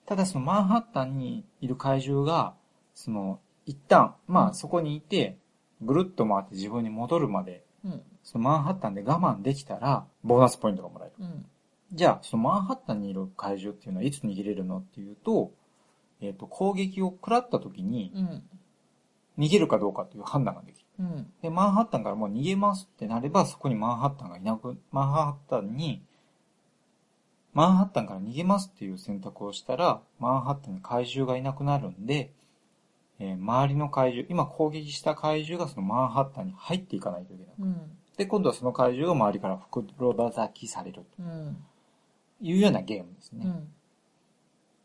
[SPEAKER 1] ただそのマンハッタンにいる怪獣が、その、一旦、ま
[SPEAKER 2] う
[SPEAKER 1] あ
[SPEAKER 2] ん
[SPEAKER 1] そこにいて、ぐるっと回って自分に戻るまで、
[SPEAKER 2] うん。
[SPEAKER 1] そのマンハッタンで我慢できたら、ボーナスポイントがもらえる。
[SPEAKER 2] うん。
[SPEAKER 1] じゃあ、そのマンハッタンにいる怪獣っていうのはいつ逃げれるのっていうと、えっ、と、攻撃を食らった時に
[SPEAKER 2] うん。
[SPEAKER 1] 逃げるかどうかという判断ができ
[SPEAKER 2] う
[SPEAKER 1] る。
[SPEAKER 2] ん。
[SPEAKER 1] で、マンハッタンからもう逃げますってなれば、そこにマンハッタンがいなく、マンハッタンに、マンハッタンから逃げますっていう選択をしたら、マンハッタンに怪獣がいなくなるんで、えー周りの怪獣、今攻撃した怪獣がそのマンハッタンに入っていかないといけない。
[SPEAKER 2] うん。
[SPEAKER 1] で、今度はその怪獣が周りから袋叩きされる
[SPEAKER 2] う
[SPEAKER 1] と
[SPEAKER 2] ん。
[SPEAKER 1] いうようなゲームですね。
[SPEAKER 2] うん。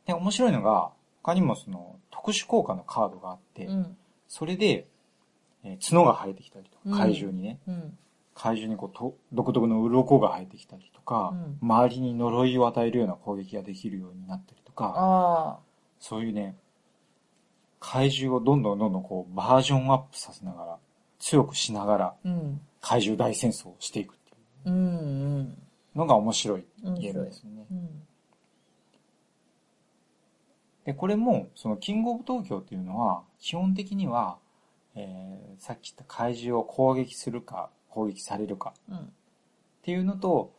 [SPEAKER 1] で、面白いのが、他にもその特殊効果のカードがあって、
[SPEAKER 2] うん。
[SPEAKER 1] それで、えー角が生えてきたりとか、怪獣にね、
[SPEAKER 2] うん。
[SPEAKER 1] 怪獣にこうと独特の鱗が生えてきたりとか、
[SPEAKER 2] うん
[SPEAKER 1] 周りに呪いを与えるような攻撃ができるようになったりとか、
[SPEAKER 2] ああ。
[SPEAKER 1] そういうね、怪獣をどんどんどんどんこうバージョンアップさせながら、強くしながら
[SPEAKER 2] うん。
[SPEAKER 1] 怪獣大戦争をしていくってい
[SPEAKER 2] うん。
[SPEAKER 1] うのが面白いゲームですね。
[SPEAKER 2] うん。
[SPEAKER 1] で、これも、そのキングオブ東京っていうのは、基本的には、えーさっき言った怪獣を攻撃するか、攻撃されるか
[SPEAKER 2] うん。
[SPEAKER 1] っていうのと、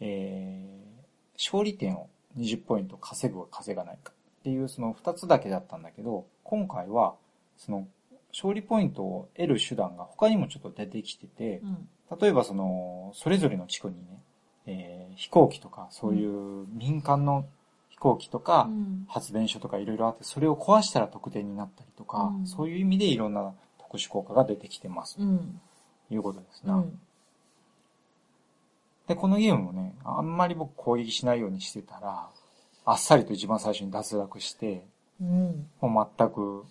[SPEAKER 1] えー勝利点を20ポイント稼ぐか稼がないかっていうその2つだけだったんだけど、今回はその勝利ポイントを得る手段が他にもちょっと出てきてて
[SPEAKER 2] う、ん。
[SPEAKER 1] 例えばその、それぞれの地区にね、えー飛行機とかそういう民間の飛行機とか、
[SPEAKER 2] うん。
[SPEAKER 1] 発電所とかいろいろあって、それを壊したら得点になったりとか、
[SPEAKER 2] うん
[SPEAKER 1] そういう意味でいろんな特殊効果が出てきてます。
[SPEAKER 2] うん。
[SPEAKER 1] いうことです
[SPEAKER 2] う
[SPEAKER 1] な、
[SPEAKER 2] ん。
[SPEAKER 1] で、このゲームもね、あんまり僕攻撃しないようにしてたら、あっさりと一番最初に脱落して、
[SPEAKER 2] うん。
[SPEAKER 1] もう全く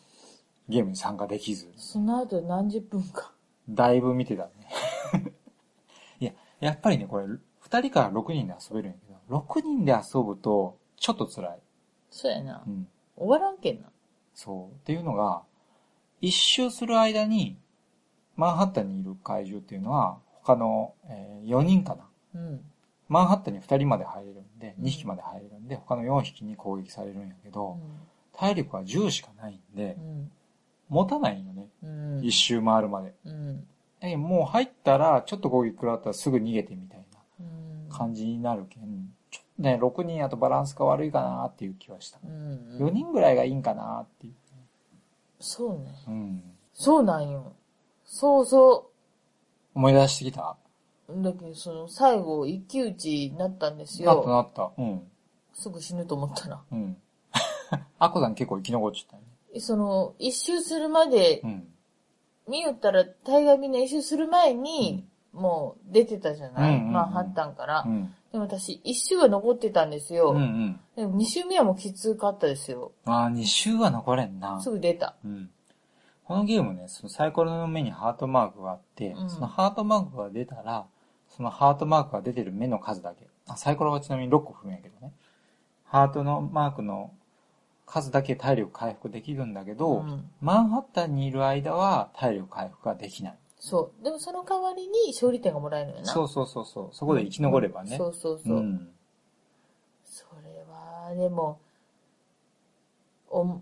[SPEAKER 1] ゲームに参加できず、
[SPEAKER 2] その後何十分か。
[SPEAKER 1] だいぶ見てたね。 *laughs* いや、やっぱりね、これ、2人から6人で遊べるんやけど、6人で遊ぶと、ちょっと辛い。
[SPEAKER 2] そうやな
[SPEAKER 1] う。ん。
[SPEAKER 2] 終わらんけんな。
[SPEAKER 1] そう。っていうのが、一周する間に、マンハッタンにいる怪獣っていうのは、他の、え4人かな。
[SPEAKER 2] うん。
[SPEAKER 1] マンハッタンに2人まで入れるんで、
[SPEAKER 2] うん
[SPEAKER 1] 2匹まで入れるんで、他の4匹に攻撃されるんやけ
[SPEAKER 2] う
[SPEAKER 1] ど、
[SPEAKER 2] ん。
[SPEAKER 1] 体力は10しかないんで
[SPEAKER 2] う、ん。
[SPEAKER 1] 持たないよね。
[SPEAKER 2] うん。
[SPEAKER 1] 一周回るまで。
[SPEAKER 2] うん。
[SPEAKER 1] え、もう入ったら、ちょっと攻撃食らったらすぐ逃げてみたい
[SPEAKER 2] うん
[SPEAKER 1] な。感じになるけん、ちょっとね、6人やとバランスが悪いかなっていう気はした。
[SPEAKER 2] うん。
[SPEAKER 1] 4人ぐらいがいいんかなっていう。
[SPEAKER 2] そうね。
[SPEAKER 1] うん。
[SPEAKER 2] そうなんよ。そうそ
[SPEAKER 1] 思い出してきた
[SPEAKER 2] う。だけど、その、最後、一騎打ちになったんです
[SPEAKER 1] なっ
[SPEAKER 2] よ。
[SPEAKER 1] たなった。うん。
[SPEAKER 2] すぐ死ぬと思ったら。
[SPEAKER 1] うん。 *laughs* あこさん結構生き残っちゃったね。
[SPEAKER 2] えその、一周するまで
[SPEAKER 1] う、ん。
[SPEAKER 2] 見よったら、大概みんな一周する前に、もう出てたじゃな
[SPEAKER 1] うん
[SPEAKER 2] い
[SPEAKER 1] うんうん
[SPEAKER 2] まあ、ハッタンから
[SPEAKER 1] う。ん。
[SPEAKER 2] でも私、一周は残ってたんです
[SPEAKER 1] うんう
[SPEAKER 2] よ。
[SPEAKER 1] ん。
[SPEAKER 2] でも、二周目はもうきつかったですよ。
[SPEAKER 1] ああ、2周は残れんな
[SPEAKER 2] す。ぐ出た。
[SPEAKER 1] うん。このゲームね、そのサイコロの目にハートマークがあって、
[SPEAKER 2] うん
[SPEAKER 1] そのハートマークが出たら、そのハートマークが出てる目の数だけ。あ、サイコロはちなみに6個踏むんやけどね。ハートのマークの数だけ体力回復できるんだけ
[SPEAKER 2] う
[SPEAKER 1] ど、
[SPEAKER 2] ん
[SPEAKER 1] マンハッタンにいる間は体力回復ができない。
[SPEAKER 2] そう。でも、その代わりに勝利点がもらえるのよな。
[SPEAKER 1] そうそうそうそう。そこで生き残ればね。
[SPEAKER 2] そうそう
[SPEAKER 1] う
[SPEAKER 2] そう。
[SPEAKER 1] ん。
[SPEAKER 2] それは、でも、お、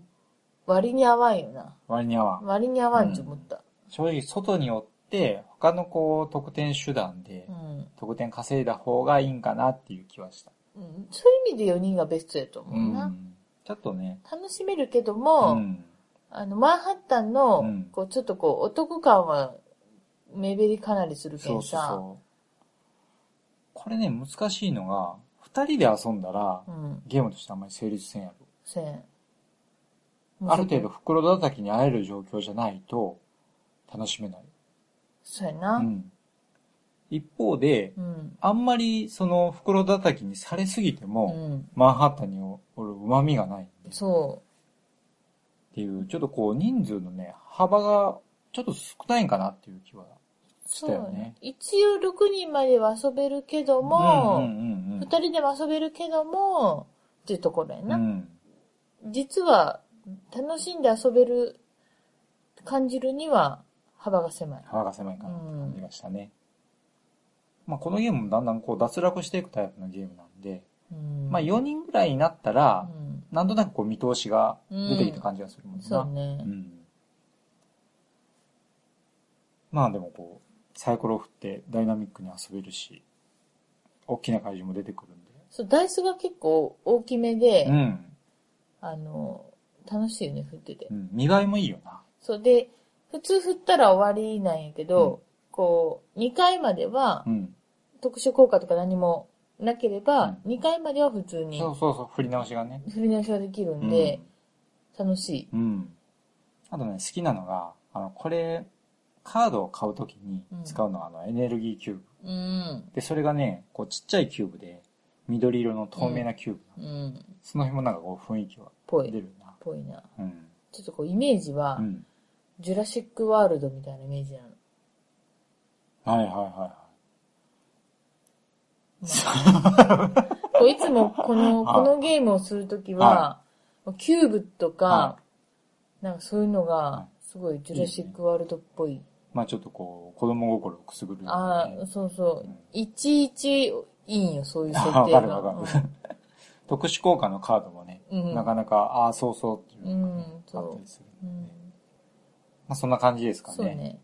[SPEAKER 2] 割に合わんよな。
[SPEAKER 1] 割に合わん。
[SPEAKER 2] 割に合わんと思った。
[SPEAKER 1] 正直、外によって、他のこう、得点手段で
[SPEAKER 2] う、ん。
[SPEAKER 1] 得点稼いだ方がいいんかなっていう気はした。
[SPEAKER 2] うんそういう意味で4人がベストやと
[SPEAKER 1] う
[SPEAKER 2] 思うな。
[SPEAKER 1] ん。ちょっとね。
[SPEAKER 2] 楽しめるけど
[SPEAKER 1] う
[SPEAKER 2] も、
[SPEAKER 1] ん。
[SPEAKER 2] あの、マンハッタン
[SPEAKER 1] う
[SPEAKER 2] の
[SPEAKER 1] ん、
[SPEAKER 2] こう、ちょっとこう、お得感は、目減りかなりするけ
[SPEAKER 1] そ
[SPEAKER 2] ん
[SPEAKER 1] うそう
[SPEAKER 2] さ。
[SPEAKER 1] そう。これね、難しいのが、二人で遊んだら、
[SPEAKER 2] うん。
[SPEAKER 1] ゲームとしてあんまり成立せんやろ。
[SPEAKER 2] せん。
[SPEAKER 1] ある程度、。袋叩きに会える状況じゃないと、楽しめない。
[SPEAKER 2] そうや
[SPEAKER 1] う
[SPEAKER 2] な。
[SPEAKER 1] ん。一方で、
[SPEAKER 2] うん。
[SPEAKER 1] あんまり、その、袋叩きにされすぎて
[SPEAKER 2] う
[SPEAKER 1] も、
[SPEAKER 2] ん。
[SPEAKER 1] マンハッタンにおる旨味がないんで。
[SPEAKER 2] そ
[SPEAKER 1] っていう、ちょっとこう人数のね、幅がちょっと少ないんかなっていう気は
[SPEAKER 2] う。
[SPEAKER 1] したよね。
[SPEAKER 2] そう一応6人までは遊べるけども、
[SPEAKER 1] うんうんうんうん。
[SPEAKER 2] 二人でも遊べるけども、っていうところやな。
[SPEAKER 1] うん。
[SPEAKER 2] 実は、楽しんで遊べる、感じるには、幅が狭い。
[SPEAKER 1] 幅が狭いかなって感じがしたね。まあこのゲームもだんだんこう脱落していくタイプのゲームなんで、
[SPEAKER 2] うん
[SPEAKER 1] まあ4人ぐらいになったら、
[SPEAKER 2] うん
[SPEAKER 1] なんとなくこう見通しが出てきた感じがするもんな。
[SPEAKER 2] そうね
[SPEAKER 1] う。ん。まあでもこう、サイコロ振ってダイナミックに遊べるし、大きな怪獣も出てくるんで。
[SPEAKER 2] そう、ダイスが結構大きめで、
[SPEAKER 1] うん。
[SPEAKER 2] あの、楽しいよね、振ってて
[SPEAKER 1] う。ん。見栄えもいいよな。
[SPEAKER 2] そうで、普通振ったら終わりなんやけど、こう、2回までは
[SPEAKER 1] う、ん。
[SPEAKER 2] 特殊効果とか何もなければ、
[SPEAKER 1] う
[SPEAKER 2] 2回までは普通に
[SPEAKER 1] そうそうそう、振り直しがね。
[SPEAKER 2] 振り直しができるんで、楽しい。
[SPEAKER 1] うん、うん。あとね、好きなのが、あの、これ、カードを買うときに使うのは、あの、エネルギーキューブ。
[SPEAKER 2] うん。
[SPEAKER 1] で、それがね、こう、ちっちゃいキューブで、緑色の透明なキューブなの、
[SPEAKER 2] うん。
[SPEAKER 1] その辺もなんかこう、雰囲気は
[SPEAKER 2] ぽ
[SPEAKER 1] 出
[SPEAKER 2] い。
[SPEAKER 1] るな。
[SPEAKER 2] ぽいな。
[SPEAKER 1] うん。
[SPEAKER 2] ちょっとこう、イメージは
[SPEAKER 1] う、ん。
[SPEAKER 2] ジュラシックワールドみたいなイメージなの。
[SPEAKER 1] はいはいはいは
[SPEAKER 2] こういつもこ
[SPEAKER 1] *laughs*
[SPEAKER 2] の、
[SPEAKER 1] はい
[SPEAKER 2] このゲームをするときは
[SPEAKER 1] は、
[SPEAKER 2] キューブとか
[SPEAKER 1] は、
[SPEAKER 2] なんかそういうのが
[SPEAKER 1] は、
[SPEAKER 2] すごいジュラシックワールドっぽい。
[SPEAKER 1] い。まあちょっとこう、子供心をくすぐるような
[SPEAKER 2] あ
[SPEAKER 1] ね、
[SPEAKER 2] あ、そうそう
[SPEAKER 1] うん。
[SPEAKER 2] いちいちいいんよ、そういう設定が。
[SPEAKER 1] *laughs* わかるわかる。特殊効果のカードもね、
[SPEAKER 2] うん
[SPEAKER 1] なかなか、ああ、そうそうっていうのがね、
[SPEAKER 2] うんそう
[SPEAKER 1] あったりする
[SPEAKER 2] うんん
[SPEAKER 1] で、 *laughs* まあそんな感じですか
[SPEAKER 2] そうね。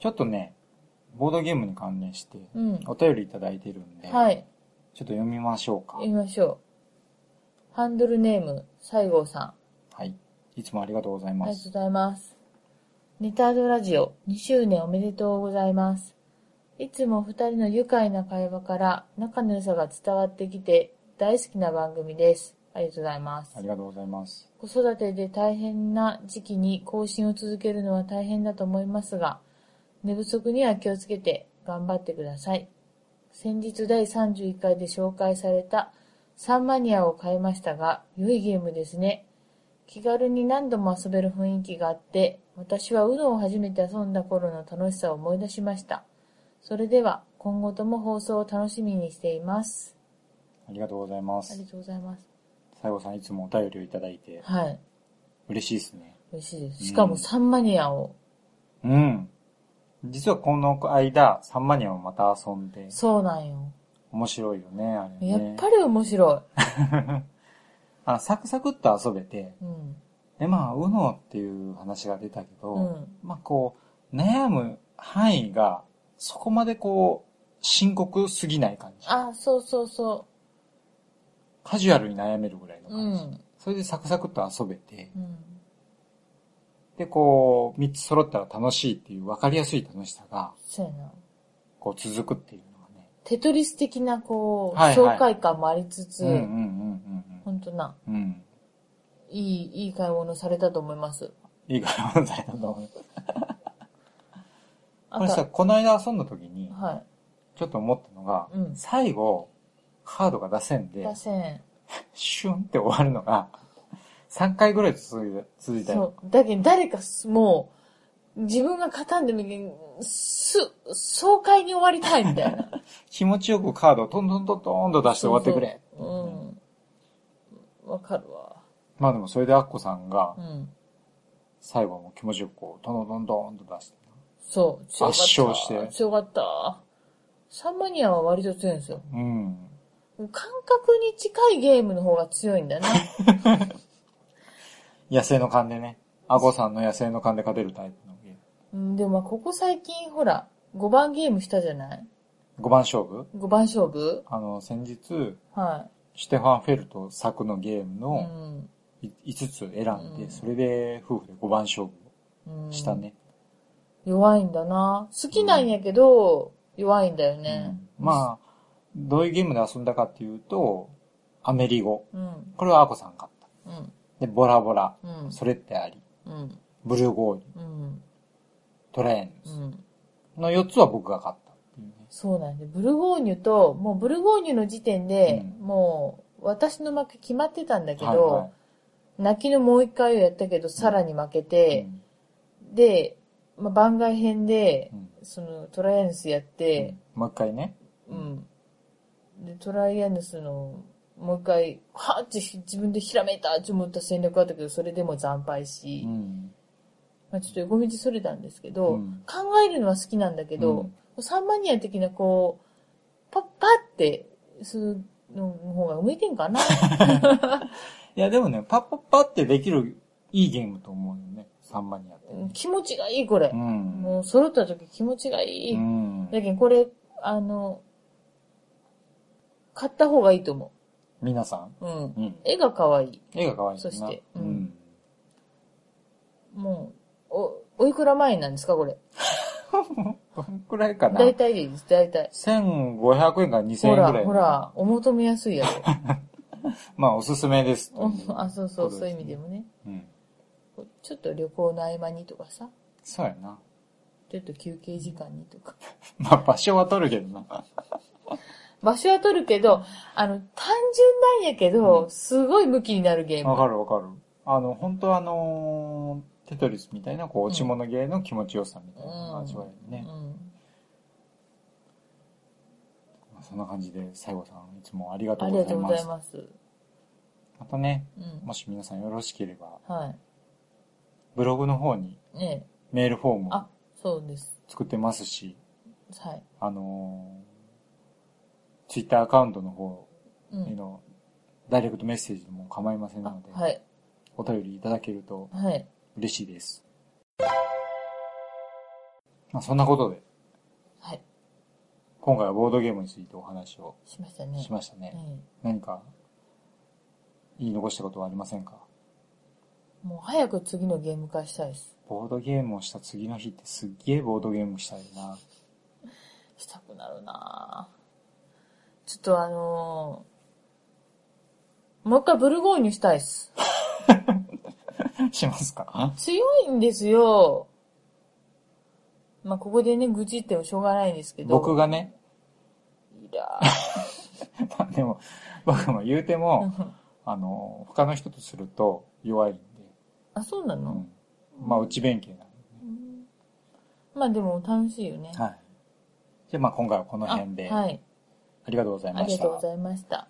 [SPEAKER 1] ちょっとね、ボードゲームに関連して、
[SPEAKER 2] うん。
[SPEAKER 1] お便りいただいてるんで、
[SPEAKER 2] はい。
[SPEAKER 1] ちょっと読みましょうか
[SPEAKER 2] 行。きましょう。ハンドルネーム、西郷さん。
[SPEAKER 1] はい。いつもありがとうござい
[SPEAKER 2] あ
[SPEAKER 1] ま
[SPEAKER 2] りがと
[SPEAKER 1] す。
[SPEAKER 2] うございます。ネタードラジオ2周年おめでとうございます。いつもお二人の愉快な会話から仲の良さが伝わってきて大好きな番組です。ありがとうございます
[SPEAKER 1] あ。りがとうございます。
[SPEAKER 2] 子育てで大変な時期に更新を続けるのは大変だと思いますが、寝不足には気をつけて頑張ってください。先日第31回で紹介されたサンマニアを買いましたが、良いゲームですね。気軽に何度も遊べる雰囲気があって、私は UNO を初めて遊んだ頃の楽しさを思い出しました。それでは、今後とも放送を楽しみにしています。
[SPEAKER 1] ありがとうございま
[SPEAKER 2] あり
[SPEAKER 1] す
[SPEAKER 2] が。とうございます。
[SPEAKER 1] 最後さんいつもお便りをいただいて、
[SPEAKER 2] はい。
[SPEAKER 1] 嬉しいですね。
[SPEAKER 2] 嬉しいです。しかもサンマニアを、
[SPEAKER 1] うん。実はこの間、サンマニアもまた遊んで、
[SPEAKER 2] そうなんよ。
[SPEAKER 1] 面白いよね、あれ
[SPEAKER 2] や
[SPEAKER 1] ね。
[SPEAKER 2] っぱり面白
[SPEAKER 1] あのサクサクっと遊べて、
[SPEAKER 2] い。うん。
[SPEAKER 1] で、まあ、うのっていう話が出たけど、
[SPEAKER 2] うん
[SPEAKER 1] まあ、こう、悩む範囲が、そこまでこう、深刻すぎない感じ。
[SPEAKER 2] あ、そうそうそ
[SPEAKER 1] カジュアルに悩めるぐらいの
[SPEAKER 2] う。う
[SPEAKER 1] 感じ。
[SPEAKER 2] ん。
[SPEAKER 1] それでサクサクっと遊べて、
[SPEAKER 2] うん。
[SPEAKER 1] で、こう、三つ揃ったら楽しいっていう分かりやすい楽しさが、
[SPEAKER 2] そうやな。
[SPEAKER 1] こう続くっていうのがね。
[SPEAKER 2] テトリス的な、こう、
[SPEAKER 1] はいはい
[SPEAKER 2] 爽快感もありつつ、
[SPEAKER 1] うんうんうんうん
[SPEAKER 2] ほんとな、
[SPEAKER 1] うん。うん。
[SPEAKER 2] いい、いい買い物されたと思います。
[SPEAKER 1] いいから問題だと思う。
[SPEAKER 2] あ
[SPEAKER 1] これさ、
[SPEAKER 2] と
[SPEAKER 1] この間遊んだ時に、
[SPEAKER 2] は
[SPEAKER 1] ちょっと思ったのが、
[SPEAKER 2] うん
[SPEAKER 1] 最後、カードが出せん
[SPEAKER 2] い。
[SPEAKER 1] で
[SPEAKER 2] 出、せん。
[SPEAKER 1] シュンって終わるのが、3回ぐらい続いた続いたよ。
[SPEAKER 2] そう。だけど誰かす、もう、自分が勝たんでもいいけん、す、爽快に終わりたいみた
[SPEAKER 1] *laughs*
[SPEAKER 2] いな。
[SPEAKER 1] 気持ちよくカードをトントントントンと出して終わってくれ。
[SPEAKER 2] そうそううん。わかるわ。
[SPEAKER 1] まあでもそれでアッコさんが
[SPEAKER 2] う、ん。
[SPEAKER 1] 最後も気持ちよくこう、トントントントンと出して。
[SPEAKER 2] そう、強かった。
[SPEAKER 1] 圧勝して
[SPEAKER 2] 強かった。サンマニアは割と強いんですよ。
[SPEAKER 1] うん。
[SPEAKER 2] 感覚に近いゲームの方が強いんだ
[SPEAKER 1] *laughs*
[SPEAKER 2] な。
[SPEAKER 1] 野生の勘でね。アゴさんの野生の勘で勝てるタイプのゲーム。
[SPEAKER 2] うんでもまあここ最近ほら、5番ゲームしたじゃない
[SPEAKER 1] 5番勝負
[SPEAKER 2] ?5 番勝負
[SPEAKER 1] あの、先日、
[SPEAKER 2] は
[SPEAKER 1] シュテファン・フェルト作のゲーム
[SPEAKER 2] い。う
[SPEAKER 1] の
[SPEAKER 2] ん
[SPEAKER 1] 5つ選んで、
[SPEAKER 2] うん
[SPEAKER 1] それで夫婦で5番勝負
[SPEAKER 2] う
[SPEAKER 1] を
[SPEAKER 2] ん。
[SPEAKER 1] したね。
[SPEAKER 2] 弱いんだな。好きなんやけど、弱いんだよね。
[SPEAKER 1] うんまあ、どういうゲームで遊んだかっていうと、アメリゴ。
[SPEAKER 2] あ。うん。
[SPEAKER 1] これはアコさん買った。
[SPEAKER 2] うん。
[SPEAKER 1] で、ボラボラ。
[SPEAKER 2] うん。
[SPEAKER 1] それってあり。
[SPEAKER 2] うん。
[SPEAKER 1] ブルーゴーリュ、
[SPEAKER 2] うん。
[SPEAKER 1] トレ
[SPEAKER 2] う
[SPEAKER 1] ーン
[SPEAKER 2] ん。
[SPEAKER 1] ズの4つは僕が買ったっていうね。
[SPEAKER 2] そうなんで、ブルゴーニュと、もうブルゴーニュの時点で、
[SPEAKER 1] うん
[SPEAKER 2] もう、私の負け決まってたんだけど、
[SPEAKER 1] はいは
[SPEAKER 2] 泣きのもう一回をやったけど、さらに負け
[SPEAKER 1] い。
[SPEAKER 2] て、で、まあ、番外編で
[SPEAKER 1] う、んうん
[SPEAKER 2] その、トライアヌスやって、
[SPEAKER 1] もう一回ね。
[SPEAKER 2] うん。で、トライアヌスの、もう一回、はーって自分でひらめいたって思った戦略あったけど、それでも惨敗し、
[SPEAKER 1] うん
[SPEAKER 2] まあ、ちょっと横道それたんですけど、
[SPEAKER 1] うん
[SPEAKER 2] 考えるのは好きなんだけど、
[SPEAKER 1] うん
[SPEAKER 2] こうサンマニア的なこう、パッパってするの方が向いてんか
[SPEAKER 1] *laughs*
[SPEAKER 2] な
[SPEAKER 1] いや、でもね、パッパッパってできるいいゲームと思うよね。サンマニアって
[SPEAKER 2] うん
[SPEAKER 1] ね。
[SPEAKER 2] 気持ちがいい、これ
[SPEAKER 1] う。ん。
[SPEAKER 2] もう揃った時気持ちがいい。
[SPEAKER 1] うん
[SPEAKER 2] だけどこれ、あの、買った方がいいと思
[SPEAKER 1] 皆さん。
[SPEAKER 2] う。うん。
[SPEAKER 1] うん。
[SPEAKER 2] 絵が可愛い。
[SPEAKER 1] 絵が可愛いな
[SPEAKER 2] そして
[SPEAKER 1] う
[SPEAKER 2] うんん。もう、お、おいくら前なんですか、これ。
[SPEAKER 1] どんくらいかな
[SPEAKER 2] 大体でいいです、大体。
[SPEAKER 1] ?1500 円から2000
[SPEAKER 2] ほ
[SPEAKER 1] 円ぐら
[SPEAKER 2] ら、
[SPEAKER 1] いの。
[SPEAKER 2] ほら、お求めやすい
[SPEAKER 1] *laughs*
[SPEAKER 2] やろ。
[SPEAKER 1] まあ、おすすめです。
[SPEAKER 2] おあ、そうそう、
[SPEAKER 1] と
[SPEAKER 2] そういう意味で。もね。
[SPEAKER 1] うん。
[SPEAKER 2] こうちょっと旅行の合間にとかさ、
[SPEAKER 1] そうやな。 *laughs*
[SPEAKER 2] ちょっと休憩時間にとか。
[SPEAKER 1] まあ、場所は取るけどな。
[SPEAKER 2] 場所は取るけど、あの、単純なんやけど、
[SPEAKER 1] うん
[SPEAKER 2] すごい向きになるゲー
[SPEAKER 1] わ
[SPEAKER 2] ム。
[SPEAKER 1] かるわかる。あの、本当あのーテトリスみたいな、こう、落ち物芸の気持ちよさみたいなのが味わえる
[SPEAKER 2] う
[SPEAKER 1] ね。
[SPEAKER 2] ん。
[SPEAKER 1] まあそんな感じで、西郷さん、いつもありがと
[SPEAKER 2] あ
[SPEAKER 1] う
[SPEAKER 2] り
[SPEAKER 1] ご
[SPEAKER 2] が
[SPEAKER 1] ざい
[SPEAKER 2] とう
[SPEAKER 1] ま
[SPEAKER 2] ご
[SPEAKER 1] す。
[SPEAKER 2] ざい
[SPEAKER 1] ま
[SPEAKER 2] ます。
[SPEAKER 1] たね、
[SPEAKER 2] うん。
[SPEAKER 1] もし皆さんよろしければ、
[SPEAKER 2] は
[SPEAKER 1] ブログの方に
[SPEAKER 2] い。ねえ
[SPEAKER 1] メールフォームを
[SPEAKER 2] あ、そうです。
[SPEAKER 1] 作ってますし、
[SPEAKER 2] はい。
[SPEAKER 1] あのツイッター Twitter アカウントの方
[SPEAKER 2] う
[SPEAKER 1] へ
[SPEAKER 2] ん。
[SPEAKER 1] の、ダイレクトメッセージでも構いません
[SPEAKER 2] あ
[SPEAKER 1] ので、
[SPEAKER 2] はい。
[SPEAKER 1] お便りいただけると
[SPEAKER 2] はい。
[SPEAKER 1] 嬉しいです。まあ、そんなことで、
[SPEAKER 2] はい。
[SPEAKER 1] 今回はボードゲームについてお話を
[SPEAKER 2] しましたね。
[SPEAKER 1] しましたね。
[SPEAKER 2] うん
[SPEAKER 1] 何か、言い残したことはありませんか
[SPEAKER 2] もう早く次のゲーム化したいです。
[SPEAKER 1] ボードゲームをした次の日ってすっげえボードゲームしたいな。
[SPEAKER 2] *laughs* したくなるなぁちょっとあのーもう一回ブルゴーニュしたいです。
[SPEAKER 1] しますか
[SPEAKER 2] 強いんですよ。まあ、ここでね、愚痴ってもしょうがないんですけど。
[SPEAKER 1] 僕がね、
[SPEAKER 2] いやー
[SPEAKER 1] まあ *laughs* でも、僕も言うても、 *laughs*
[SPEAKER 2] うん
[SPEAKER 1] あの、他の人とすると弱いんで、
[SPEAKER 2] あ、そうな
[SPEAKER 1] う
[SPEAKER 2] の、
[SPEAKER 1] ん。まあ、内弁慶なんで
[SPEAKER 2] まあでも楽しいよね。
[SPEAKER 1] はい。じゃあまあ今回はこの辺で、
[SPEAKER 2] あはい。
[SPEAKER 1] ありがとうござい
[SPEAKER 2] あ
[SPEAKER 1] ま
[SPEAKER 2] り
[SPEAKER 1] し
[SPEAKER 2] がとう
[SPEAKER 1] た
[SPEAKER 2] ご。ざいました。